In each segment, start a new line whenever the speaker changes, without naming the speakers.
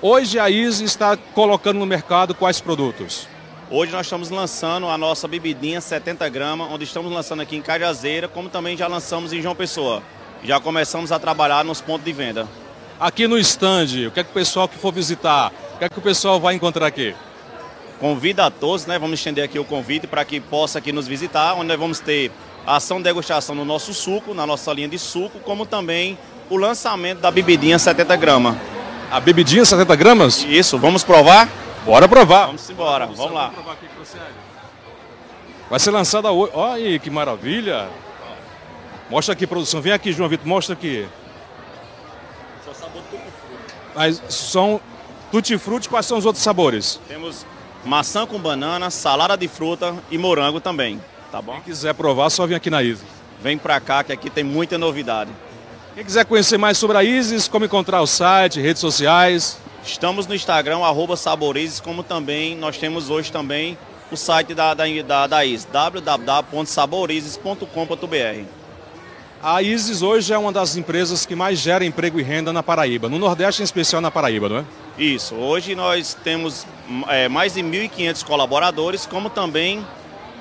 Hoje a ISE está colocando no mercado quais produtos?
Hoje nós estamos lançando a nossa bebidinha 70 gramas, onde estamos lançando aqui em Cajazeira, como também já lançamos em João Pessoa. Já começamos a trabalhar nos pontos de venda.
Aqui no stand, o que é que o pessoal que for visitar, o que é que o pessoal vai encontrar aqui?
Convido a todos, né? Vamos estender aqui o convite para que possa aqui nos visitar, onde nós vamos ter a ação de degustação no nosso suco, na nossa linha de suco, como também o lançamento da bebidinha 70 gramas.
A bebidinha 70 gramas?
Isso, vamos provar?
Bora provar.
Vamos embora, vamos lá.
provar aqui com você. Vai ser lançada hoje. Olha aí, que maravilha. Mostra aqui, produção. Vem aqui, João Vitor, mostra aqui. Mas são tutti-frutti, quais são os outros sabores?
Temos maçã com banana, salada de fruta e morango também, tá bom?
Quem quiser provar, só vem aqui na ISIS.
Vem pra cá que aqui tem muita novidade.
Quem quiser conhecer mais sobre a ISIS, como encontrar o site, redes sociais.
Estamos no Instagram, arroba saborizes, como também nós temos hoje também o site da, da, da, da IS, www.saborizes.com.br.
A ISIS hoje é uma das empresas que mais gera emprego e renda na Paraíba, no Nordeste em especial na Paraíba, não é?
Isso, hoje nós temos é, mais de 1.500 colaboradores, como também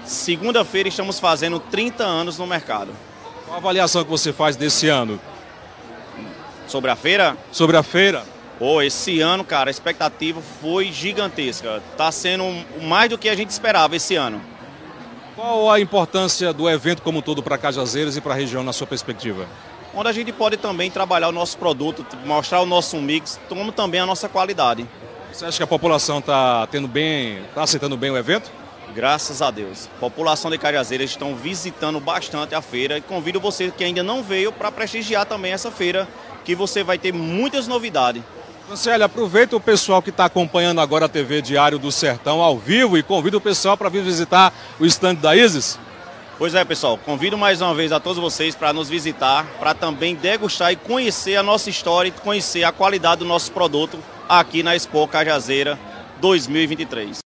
segunda-feira estamos fazendo 30 anos no mercado.
Qual a avaliação que você faz desse ano?
Sobre a feira,
Sobre a feira?
Pô, esse ano, cara, a expectativa foi gigantesca. Tá sendo mais do que a gente esperava esse ano.
Qual a importância do evento como um todo para Cajazeiras e para a região na sua perspectiva?
Onde a gente pode também trabalhar o nosso produto, mostrar o nosso mix, como também a nossa qualidade.
Você acha que a população está tendo bem, está aceitando bem o evento?
Graças a Deus. População de Cajazeiras estão visitando bastante a feira e convido você que ainda não veio para prestigiar também essa feira, que você vai ter muitas novidades.
Franciele, aproveita o pessoal que está acompanhando agora a TV Diário do Sertão ao vivo e convida o pessoal para vir visitar o stand da ISIS.
Pois é, pessoal, convido mais uma vez a todos vocês para nos visitar, para também degustar e conhecer a nossa história e conhecer a qualidade do nosso produto aqui na Expo Cajazeira 2023.